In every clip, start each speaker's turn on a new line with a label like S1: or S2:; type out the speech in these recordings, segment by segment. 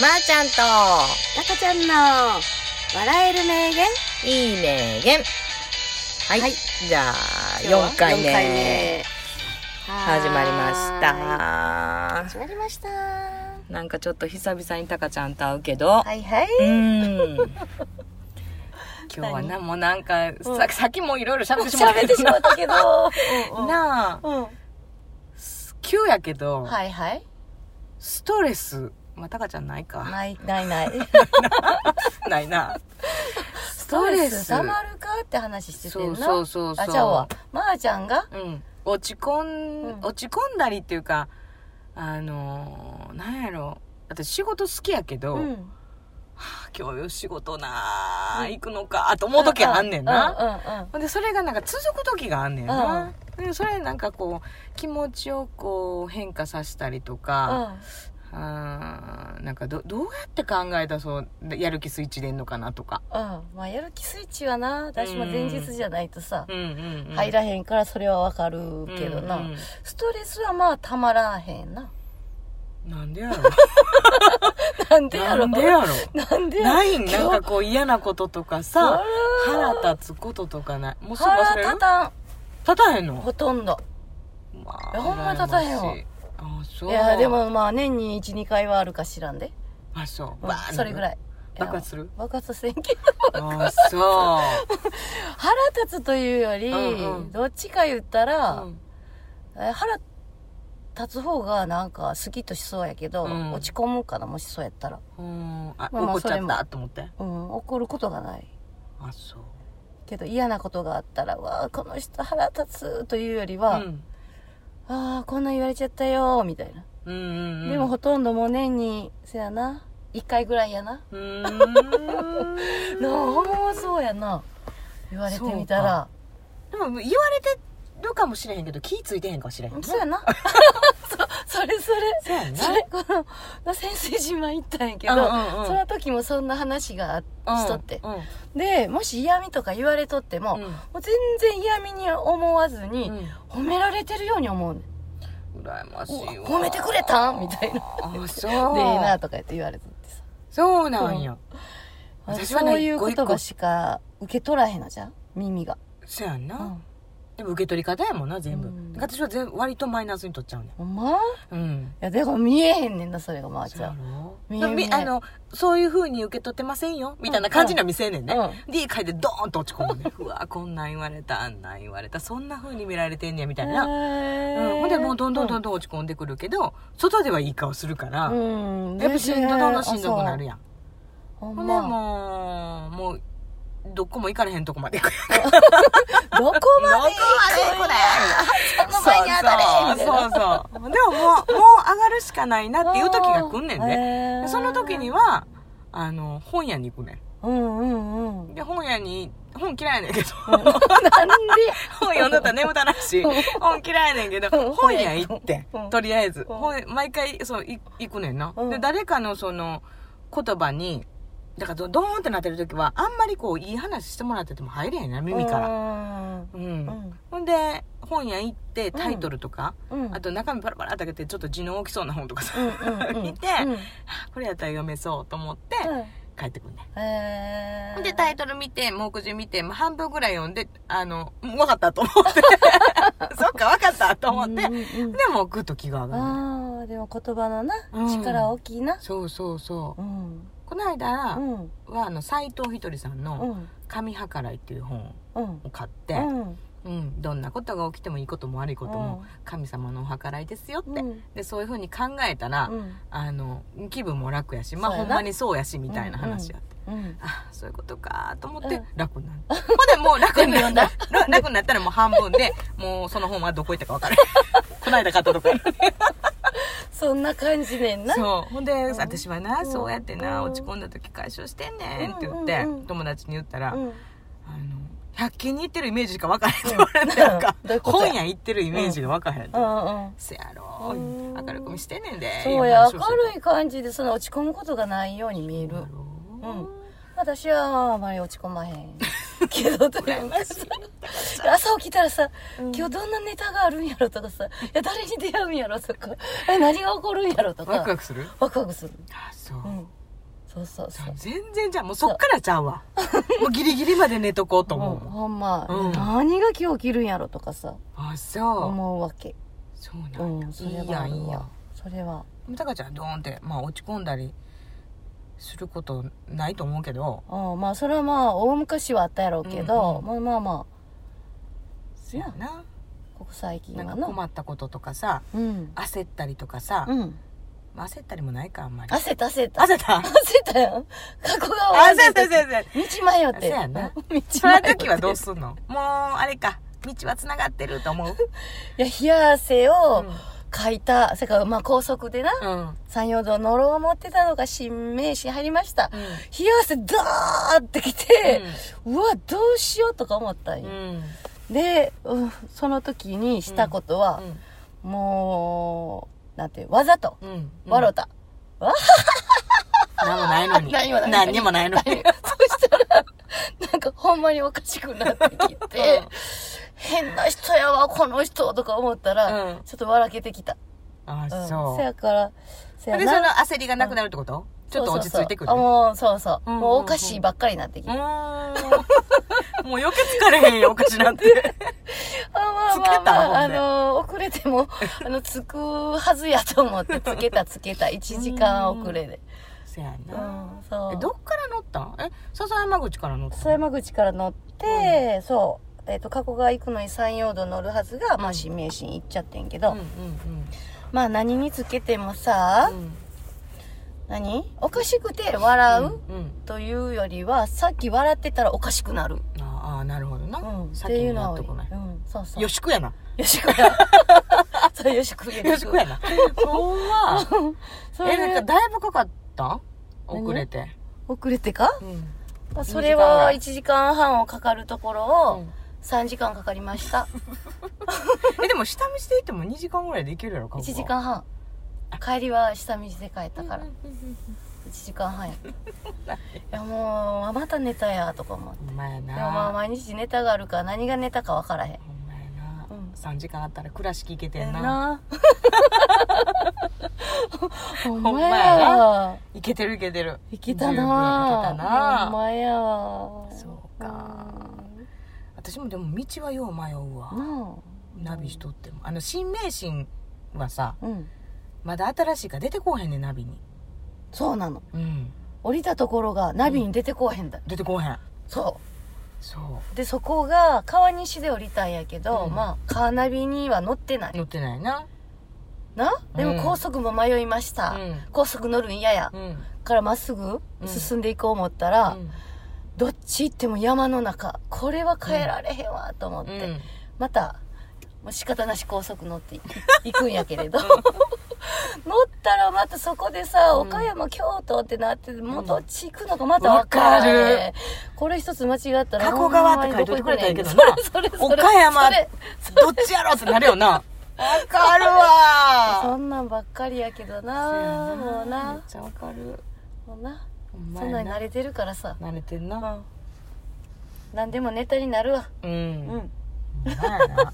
S1: まー、ちゃんと、
S2: 赤ちゃんの笑える名言
S1: いい名言。はい。
S2: はい
S1: じゃあ、4回目始まりました。
S2: 始まりましたは
S1: なんかちょっと久々にタカちゃんと会うけど、
S2: いはいう
S1: ーん。今日はな、
S2: 何
S1: もうなんか、
S2: うん
S1: ささっきもいろいろ喋ってしまった
S2: 喋ってしまったけどな
S1: なあ、
S2: うん
S1: 急やけど、
S2: はいはい
S1: ストレス、まあ、タカちゃんないか。
S2: ないないない
S1: ないな。ス
S2: ストレス溜まるかって話してて
S1: そ
S2: ん
S1: う
S2: な
S1: そうそうそう。
S2: あちゃんはまーちゃんが
S1: うん、落ち込ん、
S2: うん
S1: 落ち込んだりっていうかあのー、なんやろ私仕事好きやけど、
S2: うん
S1: はあ今日仕事なあ、
S2: うん
S1: 行くのかと思う時あんねんな、
S2: うんうんうん
S1: ほんでそれがなんか続く時があんねんな、でそれなんかこう気持ちをこう変化させたりとか、あーなんかどどうやって考えたらそうやる気スイッチ出んのかなとか、
S2: うんうんまあやる気スイッチはな私も前日じゃないとさ
S1: うんうんうん、
S2: 入らへんからそれはわかるけどな、
S1: うんうん
S2: ストレスはまあたまらへんな
S1: なんでや ろ
S2: なんでや
S1: な
S2: ろ
S1: んでやろ
S2: なんでやろ
S1: ないんなんかこう嫌なこととかさ
S2: あら
S1: 腹立つこととかないもうすぐ忘
S2: 腹
S1: れる
S2: 立たん
S1: 立たへんの
S2: ほとんど
S1: ま
S2: いやほんま立たへんわ
S1: 羨ましいあそう
S2: い
S1: い
S2: やでもまあ年に12回はあるか知らんで、
S1: あそう
S2: うん
S1: バーン
S2: それぐら
S1: い
S2: い
S1: 爆発する
S2: いや爆発せんけど
S1: あそう
S2: 腹立つというより、
S1: うんうん
S2: どっちか言ったら
S1: う、ん
S2: え腹立つ方がなんかスキッとしそうやけど、
S1: うん
S2: 落ち込むかなもしそうやったら
S1: うんあ
S2: まあまあ
S1: 怒っち
S2: そ
S1: ゃ
S2: れ
S1: っ
S2: も
S1: たと思って
S2: うん怒ることがない
S1: あそう
S2: けど嫌なことがあったらわあこの人腹立つというよりは、
S1: うん
S2: ああこんなん言われちゃったよみたいな、
S1: うんうんうん
S2: でもほとんどもう年にせやな1回ぐらいやな
S1: うーん
S2: なあほんまそうやな言われてみたら
S1: でも言われてるかもしれへんけど気ぃついてへんかもしれへん
S2: そう
S1: な
S2: やなそそれそれ
S1: そうやな
S2: それこの先生島行ったんやけど、
S1: うんうんうん
S2: その時もそんな話が
S1: うん
S2: あしとって、
S1: うん
S2: でもし嫌味とか言われとっても,、もう全然嫌味に思わずに、
S1: うん
S2: 褒められてるように思うねん
S1: うん羨ましいうわ
S2: わ褒めてくれたんみたいな
S1: あそう
S2: でいいなとか言って言われとってさ
S1: そうなんや。私はね
S2: そういう
S1: 一個一個
S2: 言葉しか受け取らへんのじゃん耳が、
S1: そうやん
S2: う
S1: な。
S2: ん、
S1: でも受け取り方やもんな、全部
S2: うん。
S1: 私は全割とマイナスに取っちゃうね
S2: ほんまい
S1: ん。うん。
S2: やでも見えへんねんなそれがまあ
S1: そう
S2: ちゃ
S1: や
S2: ん
S1: ろ
S2: 見える
S1: み
S2: 見える
S1: あの、そういう風に受け取ってませんよ、みたいな感じには見せんねんね。
S2: う
S1: で、書いてドーンと落ち込むね。うわ、こんなん言われた、あんなん言われた、そんな風に見られてんねや、みたいな。うん。ほんで、もうどんどんどんどん落ち込んでくるけど、外ではいい顔するから、
S2: うん、
S1: やっぱしんどどんどんしんどくなる
S2: や
S1: やん。
S2: ほん
S1: ほんで、
S2: ま
S1: もう、もう、どこも行かれへんとこまで行くやん。
S2: どこまで
S1: どこまで行くねん
S2: その前に当たれみたいな
S1: そうそうそうでももうもう上がるしかないなっていう時が来んねんね
S2: ね
S1: でその時にはあの本屋に行くね
S2: うんうんうんん
S1: で本屋に本嫌いやねんけど
S2: なんで
S1: 本読んだったら眠たなるし
S2: うん
S1: 本嫌いやねんけ
S2: う
S1: ど
S2: ん
S1: 本屋行って
S2: うん
S1: とりあえず
S2: うん
S1: 本毎回そうい行くねんな
S2: うん
S1: で誰かのその言葉にだからドーンってなってる時はあんまりこういい話してもらってても入れへんな耳から
S2: ら
S1: う
S2: うんん
S1: ほんで本屋行ってタイトルとか、
S2: うん
S1: あと中身パラパラって開けてちょっと字の大きそうな本とかさ、
S2: うんうんう ん
S1: 見て、
S2: うん
S1: これやったら読めそうと思って
S2: う
S1: 帰ってくんね、
S2: んへー
S1: でタイトル見て目次見て、まあ、半分ぐらい読んであの分かったと思 ってそっか分かったと思って、
S2: うんうんうん
S1: でもうグッと気が上がるね、
S2: ああでも言葉のな
S1: うん
S2: 力大きいな
S1: そうそうそう
S2: うん
S1: この間
S2: う
S1: は、
S2: ん
S1: あの斎藤ひとりさん
S2: う
S1: の
S2: ん
S1: 「神計らい」っていう本
S2: うん
S1: を買って、
S2: う
S1: うん
S2: ん
S1: どんなことが起きてもいいことも悪いことも
S2: うん
S1: 神様のお計らいですよって、
S2: うん
S1: でそういうふうに考えたら、
S2: うん
S1: あの気分も楽やしまあ
S2: そうや
S1: ほ
S2: なん
S1: まにそうやしみたいな話やって、
S2: うん
S1: あそういうことかと思って
S2: うん
S1: 楽になる、ほんでもう楽にな
S2: 全
S1: っ
S2: 部
S1: たら 楽になったらもう半分でもうその本はどこ行ったか分 からないこないだ買ったとこや
S2: そんな感じねんな
S1: そうほんで、
S2: ん
S1: 私はな
S2: うん
S1: そうやってな、
S2: うん
S1: 落ち込んだ時解消してんねんって言って、
S2: うんうんうん
S1: 友達に言ったら、
S2: うん
S1: あの100均に行ってるイメージしか分からへんって言われてなんか
S2: うんどういうことや
S1: 本屋行ってるイメージが分からへんって、
S2: うんうん
S1: せやろ
S2: うん
S1: 明るく見してんねんで
S2: そう
S1: い話を
S2: や明
S1: して
S2: るい感じでその落ち込むことがないように見え
S1: た
S2: る
S1: やろ
S2: うん私はあまり落ち込まへんけどで
S1: 羨
S2: も
S1: ましい。
S2: で朝起きたらさ、
S1: うん
S2: 今日どんなネタがあるんやろとかさ、いや、誰に出会うんやろとか、え、何が起こるんやろとか、
S1: ワクワ
S2: ク
S1: クする
S2: ワクワクする。
S1: あそう、
S2: うん。そうそうそう。
S1: 全然じゃあもうそっからちゃうわもうギリギリまで寝とこうと思う
S2: うんほんま、
S1: うん
S2: 何が今日起きるんやろとかさ、
S1: あそう
S2: 思うわけ。
S1: そう
S2: う
S1: なんだ、
S2: ん、そ
S1: い
S2: れ
S1: いや
S2: はあ
S1: ん
S2: る
S1: いいや
S2: わ
S1: ん。
S2: それは。
S1: でもタカちゃんはドーンって、まあ、落ち込んだりすることないと思うけど
S2: うん、まあ、それはまあ、大昔はあったやろうけど、
S1: うん
S2: まあまあまあ、
S1: そやな
S2: ここ最近
S1: な
S2: は
S1: んか
S2: な。
S1: 困ったこととかさ
S2: うん。
S1: 焦ったりとかさ、
S2: うん。
S1: まあ、焦ったりもないかあんまり焦っ
S2: 焦った焦った。
S1: た焦
S2: 焦
S1: った
S2: ったよ。過去が悪い
S1: 焦った焦った
S2: 道迷って。
S1: そうやな
S2: 道迷って。
S1: その時はどうすんのもうあれか道はつながってると思う、
S2: いや、冷や汗を
S1: う
S2: かいた、せか、まあ、高速でな、
S1: んうん
S2: 山陽道のろを持ってたのが新名刺入りました。冷や汗ダーってきて、うわ、どうしようとか思ったん
S1: うんう
S2: よ。
S1: ん
S2: で、うんその時にしたことは、もう、なんて、わざと、
S1: うんうん
S2: 笑うた。
S1: 何もないのに
S2: 何もない
S1: 何にもないのに
S2: そしたら、なんかほんまにおかしくなってきて、
S1: うん
S2: 変な人やわ、この人とか思ったら、
S1: うん
S2: ちょっと笑けてきた。
S1: あ
S2: うん
S1: そ
S2: せ
S1: う
S2: やから、せや
S1: でその焦りがなくなるってことちょっと落ち着いてくる
S2: そうそうそう
S1: うんう
S2: あもうそうそう,、
S1: んうん
S2: もうおかしいばっかりになってき
S1: う
S2: て、あ
S1: ーん もう余計疲れへんよお菓子なんて
S2: まあ
S1: つけたほ
S2: あ
S1: んで
S2: の遅れてもあのつくはずやと思ってつけたつけた1時間遅れで
S1: そや
S2: うん、
S1: な
S2: そ
S1: え
S2: う
S1: どっから乗ったんえ笹山口から乗ったん
S2: 曽山口から乗って、そうえっ、と加古川行くのに山陽道乗るはずが、まあ新名神行っちゃってんけど、
S1: うんうん
S2: まあ何につけてもさ、
S1: うんうん
S2: 何おかしくて笑う、
S1: うんうん
S2: というよりはさっき笑ってたらおかしくなる、
S1: ああなるほどな
S2: うん、っ
S1: 先
S2: てい
S1: に
S2: うの
S1: な
S2: は
S1: っとこない
S2: うん、そうそう
S1: よしくやな
S2: よしこ や。そう、よしこや。
S1: よしく やなほんま
S2: そ
S1: え
S2: れ
S1: なんかだいぶかかったん
S2: 何
S1: 遅れて
S2: 遅れてか
S1: うん
S2: それは1
S1: 1
S2: 時間半をかかるところ
S1: う
S2: を
S1: ん
S2: 3時間かかり ました。
S1: えでも下道で行っても2時間ぐらいで行けるやろ過
S2: 1
S1: 去
S2: 時間半。帰りは下道で帰ったから。1時間半 や。いやもう、またネタや、とか思って。
S1: ほんまや
S2: で
S1: な
S2: もまあ毎日ネタがあるから何がネタか分からへん。
S1: ほんまやな、
S2: うん
S1: 3時間あったら倉敷行けて
S2: え
S1: ん
S2: ん
S1: な
S2: なほん
S1: ほん
S2: ま
S1: ま
S2: や
S1: や
S2: わ。
S1: 行けてる行けてる
S2: いけた
S1: 十分行けた
S2: な
S1: な
S2: ほんまやわ。
S1: そうか私もでも道はよう迷うわ
S2: うん。、
S1: ナ
S2: な
S1: ビしとってもあの新名神はさ
S2: あ。うん。
S1: まだ新しいから出てこうへんねんナビに
S2: そうなの。
S1: うん
S2: 降りたところがナビに出てこうへんだ、
S1: 出てこうへん
S2: そ
S1: そう
S2: でそこが川西で降りたんやけど、
S1: うん
S2: まあ川ナビには乗ってな
S1: う
S2: い
S1: 乗ってないな
S2: なで
S1: うん
S2: も高速も迷いました、
S1: うん
S2: 高速乗るん嫌や、
S1: うん、うん
S2: からまっすぐ
S1: うん
S2: 進んでいこう思ったら、どっち行っても山の中これは帰られへんわと思っ
S1: う
S2: て、
S1: んうん
S2: またもう仕方なし高速 乗ってい行くんやけれど乗ったらまたそこでさ、
S1: うん
S2: 岡山京都ってなっても
S1: ん
S2: うどっち行くのかまた分から
S1: わ
S2: へ
S1: か
S2: んこれ一つ間違ったら
S1: 加古川って書いといてくれたらいいけどな
S2: それそれそれ
S1: 岡山
S2: それ
S1: どっちやろってなるよなわかる
S2: そ
S1: わ
S2: んなんばっかりやけど
S1: そう
S2: な
S1: や
S2: もう
S1: めっ
S2: な
S1: ちゃわかる
S2: もうな
S1: ほんま
S2: そん
S1: や
S2: なに慣れてるからさ
S1: 慣れてんな
S2: 何でもネタになるわ
S1: う
S2: うんん
S1: ほんまやな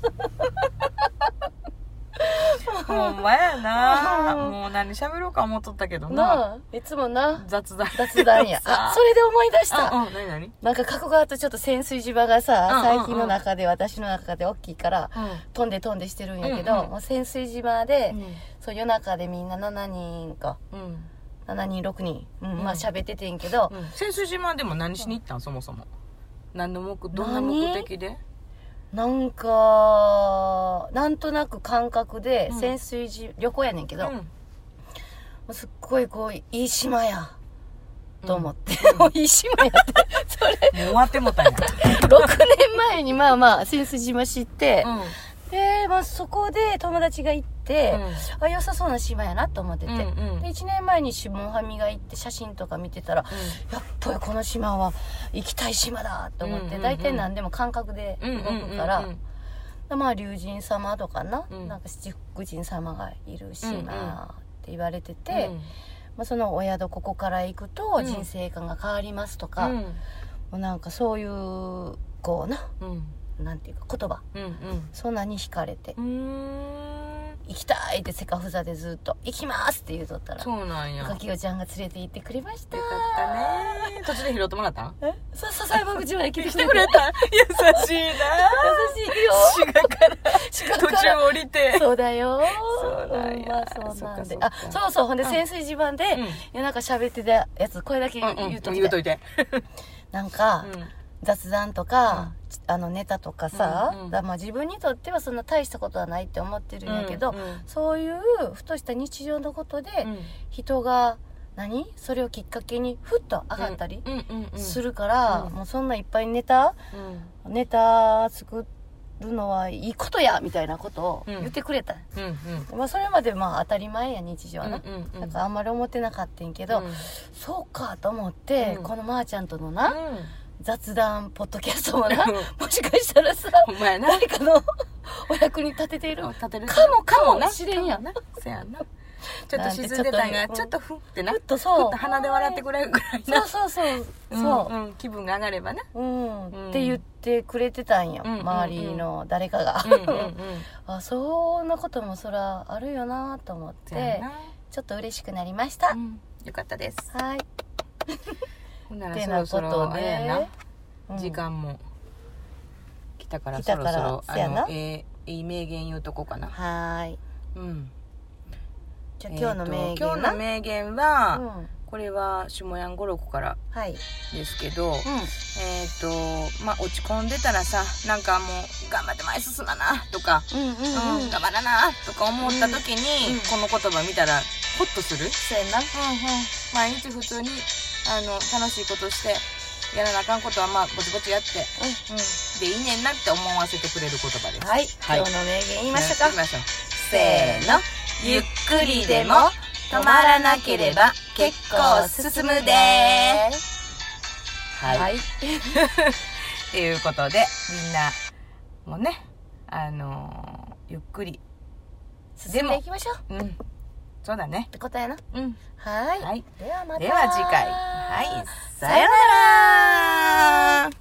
S1: ほんまやなもう何喋ろうか思っとったけどな
S2: なあいつもな
S1: 雑談
S2: 雑談 やあそれで思い出した
S1: あうん何何
S2: なんか加古川とちょっと潜水島が
S1: うん
S2: さ
S1: うんうん
S2: 最近の中で私の中で大きいから飛んで飛んでしてるんやけど、
S1: うんうん
S2: もう潜水島で、
S1: うん
S2: そう夜中でみんな7人か
S1: うん
S2: 7人6人、うん
S1: うん
S2: まあ喋っててんけど、
S1: うん潜水島でも何しに行ったんそもそも何の目どんな目的で
S2: なんかなんとなく感覚で
S1: うん
S2: 潜水島、旅行やねんけ
S1: う
S2: ど、
S1: ん
S2: もうすっごいこういい島やと思って、も ういい島やってそれ
S1: もう終わってもたんや
S2: 6年前にまあまあ潜水島知って、
S1: うん
S2: で、まあ、そこで友達が行って、
S1: うん
S2: あ良さそうな島やなと思ってて、
S1: うんうん
S2: で1年前に下半身が行って写真とか見てたら、やっぱりこの島は行きたい島だと思って、
S1: うんうんうん
S2: 大体何でも感覚で
S1: うんうん
S2: 動
S1: うんう
S2: く
S1: ん
S2: から、まあ龍神様とかな、
S1: うん
S2: なんか七福神様がいる
S1: うんうん
S2: 島って言われてて、まあ、そのお宿ここから行くと
S1: うん
S2: 人生観が変わりますと
S1: う
S2: か、
S1: ん
S2: もうなんかそういうこうな
S1: うん
S2: なんていうか言葉
S1: うんうん
S2: そんなに惹かれて
S1: うーん
S2: 「行きたい!」ってセカフザでずっと「行きます!」って言うとったら
S1: そうなんやよか
S2: か
S1: っ
S2: きよちゃんが連れて行ってくれました
S1: たね途中で拾ってもらったん
S2: えそうそう裁判口まで来て
S1: 来
S2: く
S1: て
S2: れ
S1: く れ
S2: て
S1: た優しいな
S2: 優しいよ
S1: 滋賀から
S2: 近
S1: 途
S2: くから
S1: 中降りて
S2: そうだよ
S1: そうなんや
S2: ほんまそうなん
S1: そ
S2: で
S1: っ
S2: あ
S1: かそっか
S2: そうそうほんで
S1: うん
S2: 潜水地盤で、
S1: うん
S2: 夜中喋ってたやつこれだけ
S1: うんうん
S2: 言うとき
S1: 言うと
S2: て
S1: いて
S2: なんか、雑談とか、あのネタとかさ、
S1: うんうん
S2: だまあ、自分にとってはそんな大したことはないって思ってるんやけど、
S1: うんうん
S2: そういうふとした日常のことで、
S1: うん
S2: 人が何それをきっかけにふっと上がったり
S1: うんうんうん
S2: するから、
S1: うん
S2: もうそんないっぱいネタ
S1: うん
S2: ネタ作るのはいいことやみたいなことを
S1: うん
S2: 言ってくれた、
S1: うんうん
S2: まあ、それまでまあ当たり前や日常はな、
S1: うんうんうん
S2: だからあんまり思ってなかったんけ
S1: け
S2: ど、そうかと思って、
S1: うん
S2: このまーちゃんとのな、雑談ポッドキャストもな
S1: うん
S2: もしかしたらさ
S1: ほんまやな
S2: 誰かのお役に立てている
S1: 立てる
S2: かもかも
S1: な
S2: しれんやん
S1: かもなせやなちょっと沈んでたん
S2: なん
S1: が
S2: て
S1: ち
S2: ち
S1: ょ
S2: ょ
S1: っ
S2: っ
S1: とふってな
S2: ふっと
S1: ふ
S2: そ
S1: っ
S2: う
S1: と鼻で笑ってくれるぐらい
S2: そ
S1: な
S2: うそうそう
S1: うん
S2: そう
S1: うん気分が上がればな
S2: うん、
S1: うん
S2: って言ってくれてたんよ、
S1: うんうんうん
S2: 周りの誰かが、
S1: うんうんうん
S2: あそんなこともそらあるよなと思っ
S1: せや
S2: て
S1: な
S2: ちょっと嬉しくなりました、
S1: うんよかったです
S2: はい
S1: ほんな
S2: って
S1: ら
S2: なこ
S1: そろそ
S2: と
S1: ろあれや
S2: で
S1: な、
S2: うん
S1: 時間も来たから
S2: 来
S1: そ
S2: た
S1: ろ
S2: から
S1: そろ
S2: せやな
S1: あのええいい名言言うとこかな
S2: はーい
S1: うん
S2: じゃあ今日の名
S1: えー
S2: 言
S1: と今
S2: な、
S1: 日の名言は、
S2: うん、
S1: これは下屋五六から
S2: はい、
S1: ですけど、
S2: う
S1: えっ、とまあ落ち込んでたらさなんかもう頑張って前進まなとか、
S2: ん、うんう
S1: う
S2: んうん
S1: ん頑張らなとか思った時に、
S2: うんうん
S1: この言葉見たらホッとする、
S2: そうやな
S1: 毎日普通にあの楽しいことしてやらなあかんことはまあぼちぼちやって、うんでいいねんなって思わせてくれる言葉です
S2: はい、
S1: はい
S2: 今日の名言言いましょうか、
S1: 言いましょう
S2: せーのゆっくりでも止まらなければ結構進むで
S1: はい、
S2: い
S1: っていうことでみんなもねあのーゆっくり
S2: 進んでいきましょうっ
S1: うんそうだね
S2: てことやな
S1: うん
S2: はい
S1: はい
S2: ではまた
S1: では次回はいさ
S2: さよ
S1: よなら